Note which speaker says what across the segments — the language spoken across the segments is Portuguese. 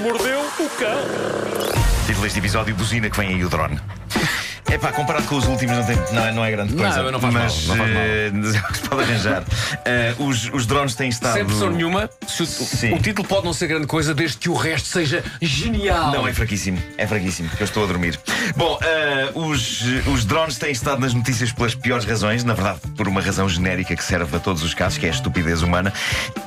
Speaker 1: mordeu o cão.
Speaker 2: Título deste episódio: Buzina que vem aí o drone. É pá, comparado com os últimos, não, tem, não, é, não é grande coisa.
Speaker 3: mas não faz mal,
Speaker 2: mas,
Speaker 3: não faz mal.
Speaker 2: eh, se pode arranjar. Eh, os, os drones têm estado.
Speaker 3: Sem pressão nenhuma, se o,
Speaker 2: Tá Sim.
Speaker 3: o título pode não ser grande coisa, desde que o resto seja genial.
Speaker 2: Não, é fraquíssimo, é fraquíssimo, porque eu estou a dormir. Bom, eh, os, os drones têm estado nas notícias pelas piores razões, na verdade, por uma razão genérica que serve a todos os casos, que é a estupidez humana.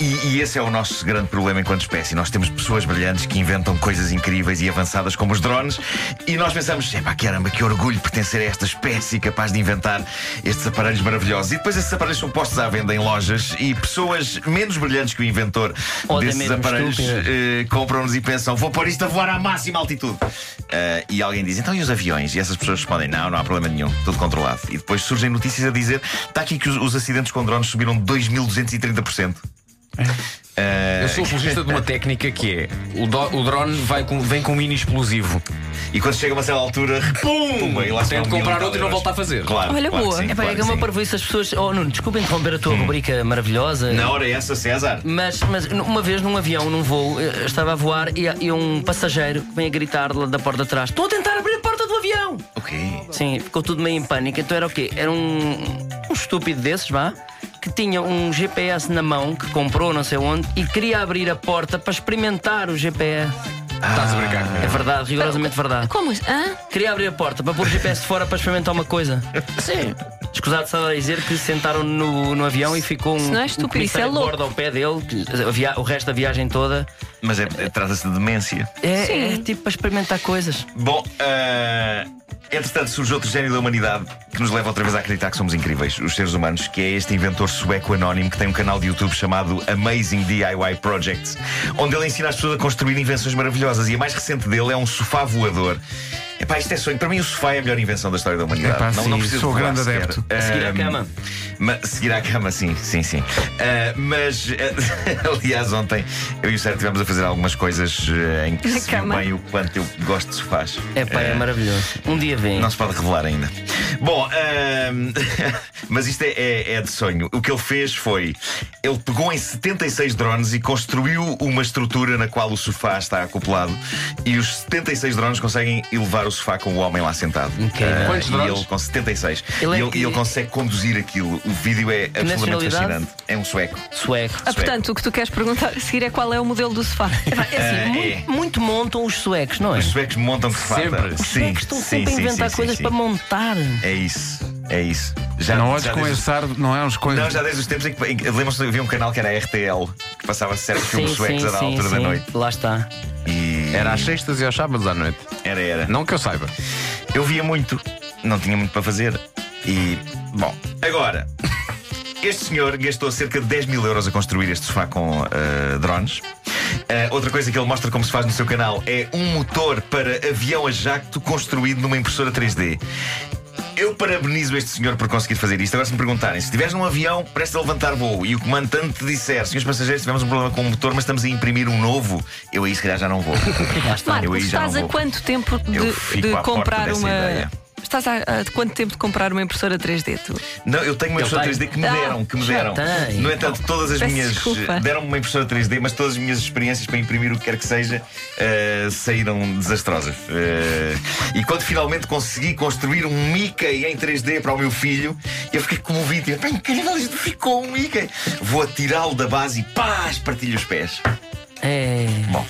Speaker 2: E, e esse é o nosso grande problema enquanto espécie. Nós temos pessoas brilhantes que inventam coisas incríveis e avançadas como os drones, e nós pensamos, epá, caramba, que orgulho pertencer a esta espécie capaz de inventar estes aparelhos maravilhosos. E depois esses aparelhos são postos à venda em lojas e pessoas menos brilhantes que o inventor
Speaker 4: Ou até
Speaker 2: desses
Speaker 4: mesmo
Speaker 2: aparelhos
Speaker 4: estúpidas.
Speaker 2: eh, compram-nos e pensam vou pôr isto a voar à máxima altitude. Eh, e alguém diz então e os aviões? E essas pessoas respondem não, não há problema nenhum, tudo controlado. E depois surgem notícias a dizer está aqui que os, os acidentes com drones subiram 2230%.
Speaker 4: É.
Speaker 2: Eh,
Speaker 3: Eu sou apologista de uma técnica que é: o, do- o drone vai com- vem com um mini explosivo.
Speaker 2: e quando chega a uma certa altura, pum! Pumba, e lá um se
Speaker 3: Tem
Speaker 2: vão
Speaker 3: de
Speaker 2: mil
Speaker 3: comprar
Speaker 2: tal
Speaker 3: outro e não
Speaker 2: euros.
Speaker 3: volta a fazer.
Speaker 2: Claro.
Speaker 4: Olha,
Speaker 2: claro que
Speaker 4: boa.
Speaker 2: sim,
Speaker 4: é pá,
Speaker 2: claro
Speaker 4: é
Speaker 2: que
Speaker 4: que é uma
Speaker 2: sim.
Speaker 4: parvoíce as pessoas. Oh, Nuno, desculpa interromper a tua rubrica maravilhosa.
Speaker 2: Na hora é essa, César.
Speaker 4: Mas, mas uma vez num avião, num voo, eh, estava a voar e, e um passageiro vem a gritar lá da porta de trás: Estou a tentar abrir a porta do avião!
Speaker 2: Ok.
Speaker 4: Sim, ficou tudo meio em pânico. Então era o quê? Era um, um estúpido desses, vá, que tinha um GPS na mão, que comprou não sei onde, e queria abrir a porta para experimentar o GPS.
Speaker 3: Estás a brincar comigo.
Speaker 4: É verdade, rigorosamente verdade.
Speaker 5: Como? Hã? Ah,
Speaker 4: Queria abrir a porta para pôr o GPS de fora para experimentar uma coisa.
Speaker 5: Sim.
Speaker 4: Escusado estava a dizer que sentaram no, no avião e ficou um,
Speaker 5: Isso não é
Speaker 4: um
Speaker 5: estúpido,
Speaker 4: comissário
Speaker 5: isso é louco.
Speaker 4: de bordo ao pé dele, que a via- o resto da viagem toda.
Speaker 2: Mas é- é- trata-se de demência.
Speaker 4: É,
Speaker 5: Sim.
Speaker 4: é tipo para experimentar coisas.
Speaker 2: Bom, ah, entretanto surge outro gênio da humanidade que nos leva outra vez a acreditar que somos incríveis, os seres humanos, que é este inventor sueco anónimo que tem um canal de YouTube chamado Amazing DIY Projects, onde ele ensina as pessoas a construir invenções maravilhosas. E a mais recente dele é um sofá voador. Epá, isto é sonho. Para mim, o sofá é a melhor invenção da história da humanidade.
Speaker 6: Epá,
Speaker 2: não,
Speaker 6: sim,
Speaker 2: não preciso
Speaker 6: sou
Speaker 2: voar
Speaker 6: grande
Speaker 2: sequer.
Speaker 6: adepto.
Speaker 2: Ah,
Speaker 4: Seguir à cama.
Speaker 2: Ma- seguir à cama, sim, sim, sim. Ah, mas, ah, aliás, ontem eu e o Sérgio estivemos a fazer algumas coisas ah, em que
Speaker 5: Na
Speaker 2: se viu
Speaker 5: cama.
Speaker 2: bem o quanto eu gosto de sofás.
Speaker 4: É pá, é maravilhoso. Um dia vem.
Speaker 2: Não se pode revelar ainda. Bom, ahm, mas isto é, é- é de sonho. O que ele fez foi: ele pegou em 76 drones e construiu uma estrutura na qual o sofá está acoplado. E os 76 drones conseguem elevar o sofá com o homem lá sentado.
Speaker 4: Incrível.
Speaker 2: Ah,
Speaker 3: Quantos
Speaker 2: e
Speaker 3: drones?
Speaker 2: Ele, com 76.
Speaker 4: Ele é-
Speaker 2: e ele, e ele consegue conduzir aquilo. O vídeo é absolutamente
Speaker 4: nacionalidade?
Speaker 2: fascinante. É um sueco.
Speaker 4: Sueco.
Speaker 5: Ah, portanto, o que tu queres perguntar a seguir é qual é o modelo do sofá.
Speaker 4: É assim, mu-
Speaker 2: é.
Speaker 4: muito, montam os suecos, não é?
Speaker 2: Os
Speaker 4: Os
Speaker 2: suecos montam que se fata.
Speaker 3: Sempre. Os
Speaker 2: Sim,
Speaker 4: suecos estão
Speaker 2: sim,
Speaker 4: sempre
Speaker 2: sim,
Speaker 4: a inventar
Speaker 2: sim,
Speaker 4: coisas
Speaker 2: sim,
Speaker 4: para
Speaker 2: sim.
Speaker 4: montar.
Speaker 2: É isso. É isso. Já,
Speaker 6: Não olhes
Speaker 2: já
Speaker 6: com
Speaker 2: desde os
Speaker 6: esse ar, não é? Uns coisas.
Speaker 2: Não, já desde os tempos em que. em que- Lembram-se que havia um canal que era a RTL, que passava certos filmes suecos a da altura da noite.
Speaker 4: Lá está.
Speaker 2: E.
Speaker 3: Era às sextas e aos sábados à noite.
Speaker 2: Era, era.
Speaker 3: Não que eu saiba.
Speaker 2: Eu via muito, não tinha muito para fazer. E. Bom, agora. Este senhor gastou cerca de 10 mil euros a construir este sofá com ah, drones. Ah, outra coisa que ele mostra como se faz no seu canal é um motor para avião a jacto construído numa impressora 3D. Eu parabenizo este senhor por conseguir fazer isto. Agora, se me perguntarem, se estiveres num avião, prestes a levantar voo e o comandante te disser, senhores passageiros, tivemos um problema com o motor, mas estamos a imprimir um novo, eu aí se calhar já não vou.
Speaker 4: Lá está.
Speaker 2: eu
Speaker 5: Marco,
Speaker 2: aí já
Speaker 5: estás
Speaker 2: não
Speaker 5: a
Speaker 2: vou.
Speaker 5: quanto tempo de,
Speaker 2: Eu fico
Speaker 5: de
Speaker 2: à porta
Speaker 5: comprar
Speaker 2: dessa
Speaker 5: uma.
Speaker 2: ideia.
Speaker 5: Estás a, a de quanto tempo de comprar uma impressora 3D? Tu?
Speaker 2: Não, eu tenho uma
Speaker 4: Ele
Speaker 2: impressora
Speaker 4: tem.
Speaker 2: 3D que me
Speaker 5: Ah,
Speaker 2: deram, que me
Speaker 4: já
Speaker 2: deram.
Speaker 4: tem.
Speaker 2: No entanto, todas as
Speaker 5: Peço
Speaker 2: minhas.
Speaker 5: desculpa.
Speaker 2: Deram-me uma impressora 3D, mas todas as minhas experiências para imprimir o que quer que seja eh, saíram desastrosas. Eh, e quando finalmente consegui construir um Mickey em 3D para o meu filho, eu fiquei comovido. Tipo, "Pá, incrível, isto ficou um Mickey. Vou atirá-lo da base e pá, espartilho os pés.
Speaker 4: É.
Speaker 2: Bom,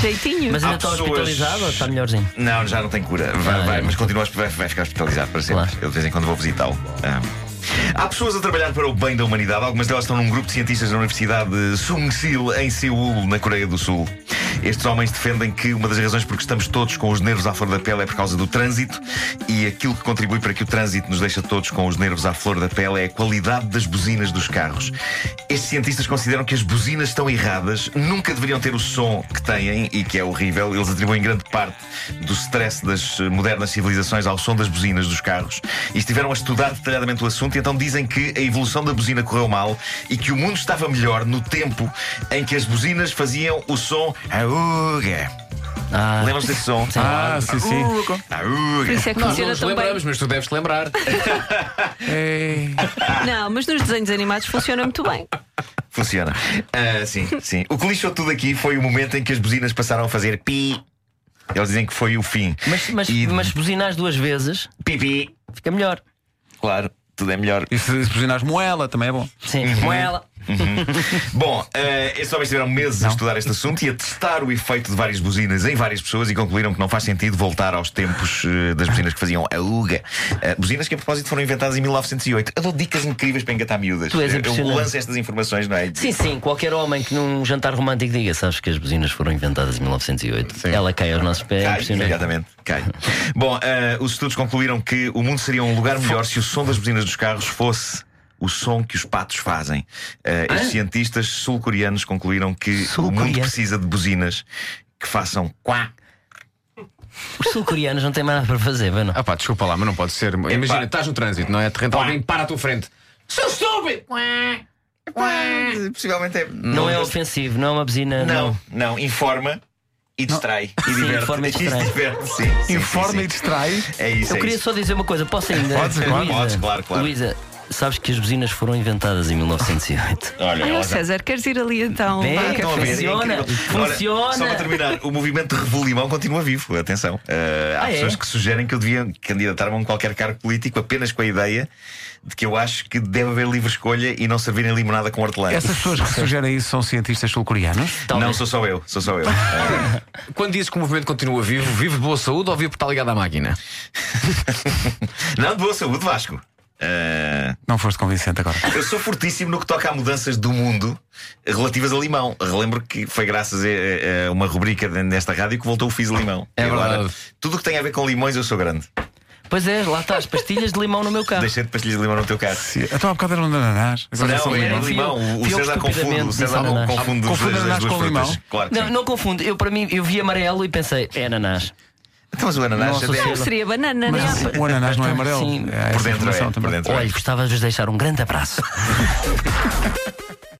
Speaker 5: Jeitinho?
Speaker 4: Mas é
Speaker 2: Há
Speaker 4: ainda está
Speaker 2: pessoas-
Speaker 4: hospitalizado ou está melhorzinho?
Speaker 2: não, já não tem cura. Vai,
Speaker 4: Ah,
Speaker 2: vai,
Speaker 4: é.
Speaker 2: mas continua, vai, vai ficar hospitalizado para sempre.
Speaker 4: Claro.
Speaker 2: Eu de vez em quando vou visitá-lo. Ah. Há pessoas a trabalhar para o bem da humanidade. Algumas delas estão num grupo de cientistas da Universidade de Sungsil, em Seul, na Coreia do Sul. Estes homens defendem que uma das razões por que estamos todos com os nervos à flor da pele é por causa do trânsito e aquilo que contribui para que o trânsito nos deixa todos com os nervos à flor da pele é a qualidade das buzinas dos carros. Estes cientistas consideram que as buzinas estão erradas, nunca deveriam ter o som que têm e que é horrível. Eles atribuem grande parte do stress das eh, modernas civilizações ao som das buzinas dos carros. E estiveram a estudar detalhadamente o assunto e então dizem que a evolução da buzina correu mal e que o mundo estava melhor no tempo em que as buzinas faziam o som auga.
Speaker 4: Ah,
Speaker 2: Lembram-se desse som?
Speaker 6: Ah, sim, sim.
Speaker 5: Por
Speaker 2: Auga.
Speaker 5: isso é que
Speaker 3: Nós não
Speaker 5: funciona
Speaker 3: nos
Speaker 5: tão bem.
Speaker 3: lembramos, mas tu deves te lembrar.
Speaker 6: É.
Speaker 3: É.
Speaker 4: Ah.
Speaker 5: Não, mas nos desenhos animados funciona muito bem.
Speaker 2: Funciona. Ah, sim, sim. O que lixou tudo aqui foi o momento em que as buzinas passaram a fazer pi. Eles dizem que foi o fim.
Speaker 4: Mas, mas,
Speaker 2: E-
Speaker 4: mas buzinas duas vezes,
Speaker 2: Pi, pi.
Speaker 4: fica melhor.
Speaker 2: Claro, tudo é melhor.
Speaker 6: E se, se buzinares moela, também é bom.
Speaker 4: Sim,
Speaker 2: Uhum.
Speaker 4: como ela.
Speaker 2: Bom, eh, esses homens tiveram meses a estudar este assunto e a testar o efeito de várias buzinas em várias pessoas e concluíram que não faz sentido voltar aos tempos eh, das buzinas que faziam a UGA. Eh, buzinas que, a propósito, foram inventadas em 1908. Eu dou dicas incríveis para engatar miúdas.
Speaker 4: Tu és
Speaker 2: Eu- eu
Speaker 4: impressionante.
Speaker 2: lanço estas informações, não é?
Speaker 4: Sim, sim, qualquer homem que num jantar romântico diga, sabes que as buzinas foram inventadas em 1908. Ela cai aos nossos pés, é
Speaker 2: Cai,
Speaker 4: impressionante.
Speaker 2: imediatamente, cai. Bom, eh, os estudos concluíram que o mundo seria um lugar melhor se o som das buzinas dos carros fosse o som que os patos fazem. Eh, estes cientistas sul-coreanos concluíram que o mundo
Speaker 4: Ah. Sul-coreano.
Speaker 2: precisa de buzinas que façam quá.
Speaker 4: Os sul-coreanos não têm mais nada para fazer, vai não?
Speaker 3: Ah pá, desculpa lá, mas não pode ser. Imagina, estás no trânsito, não é? De repente alguém para à tua frente. Sou estúpido!
Speaker 2: Possivelmente é.
Speaker 4: Não é ofensivo, não é uma buzina.
Speaker 2: Não, não, informa e distrai. E
Speaker 4: Sim,
Speaker 2: diverte.
Speaker 4: informa e distrai.
Speaker 2: diverte, sim, sim, sim,
Speaker 6: Informa
Speaker 2: sim.
Speaker 6: e distrai.
Speaker 2: É isso.
Speaker 4: Eu
Speaker 2: é
Speaker 4: queria
Speaker 2: isso.
Speaker 4: só dizer uma coisa, posso ainda?
Speaker 6: Podes, claro,
Speaker 4: Luísa,
Speaker 2: podes, claro, claro.
Speaker 4: Luísa, sabes que as buzinas foram inventadas em 1908.
Speaker 2: Olha,
Speaker 5: Olha,
Speaker 2: ela já-
Speaker 5: César, queres ir ali então?
Speaker 4: Bem,
Speaker 5: levar um
Speaker 2: Estão a
Speaker 5: café?
Speaker 2: ver, é
Speaker 4: Funciona,
Speaker 2: incrível. Ora,
Speaker 4: funciona.
Speaker 2: só para terminar, o movimento de Revolimão continua vivo, atenção. Eh, há
Speaker 4: Ah, é?
Speaker 2: pessoas que sugerem que eu devia candidatar-me a um qualquer cargo político apenas com a ideia de que eu acho que deve haver livre escolha e não servirem limonada com hortelã.
Speaker 6: Essas pessoas que sugerem isso são cientistas sul-coreanos?
Speaker 2: Não
Speaker 4: Talvez.
Speaker 2: sou só eu, sou só eu. Eh,
Speaker 3: Quando dizes que o movimento continua vivo, vivo de boa saúde ou vivo por estar ligado à máquina?
Speaker 2: não, de boa saúde, Vasco. Eh,
Speaker 6: Não foste convincente agora.
Speaker 2: Eu sou fortíssimo no que toca a mudanças do mundo relativas a limão. Relembro que foi graças a, a- a uma rubrica de- nesta rádio que voltou o Fiz Limão.
Speaker 3: É
Speaker 2: E agora,
Speaker 3: verdade.
Speaker 2: tudo o que tem a ver com limões, eu sou grande.
Speaker 4: Pois é, lá está, as pastilhas de limão no meu carro.
Speaker 2: Deixei de pastilhas de limão no teu carro.
Speaker 6: Sim. Então há bocado eram ananás. Agora um
Speaker 2: Não,
Speaker 6: são
Speaker 2: é
Speaker 6: limões.
Speaker 2: limão.
Speaker 4: Fui eu-
Speaker 2: O
Speaker 4: fui eu
Speaker 2: César
Speaker 4: que
Speaker 2: confunde. O
Speaker 4: estupidamente
Speaker 2: César
Speaker 4: disse
Speaker 2: não
Speaker 4: ananás.
Speaker 2: confunde os
Speaker 6: Confunde
Speaker 2: dois- as
Speaker 6: ananás
Speaker 2: duas
Speaker 6: com
Speaker 2: frutas.
Speaker 6: limão?
Speaker 2: Claro que
Speaker 4: Não,
Speaker 2: sim.
Speaker 4: não confundo, eu para mim, eu vi amarelo e pensei, é ananás.
Speaker 2: Então, mas o ananás
Speaker 4: Não
Speaker 2: até-
Speaker 4: associo-
Speaker 5: Seria banana, não é?
Speaker 6: Mas o ananás não é amarelo.
Speaker 4: Sim.
Speaker 6: É essa
Speaker 2: por dentro é.
Speaker 6: informação
Speaker 2: Por
Speaker 6: também.
Speaker 2: dentro é.
Speaker 4: Olha, gostava de vos deixar um grande abraço.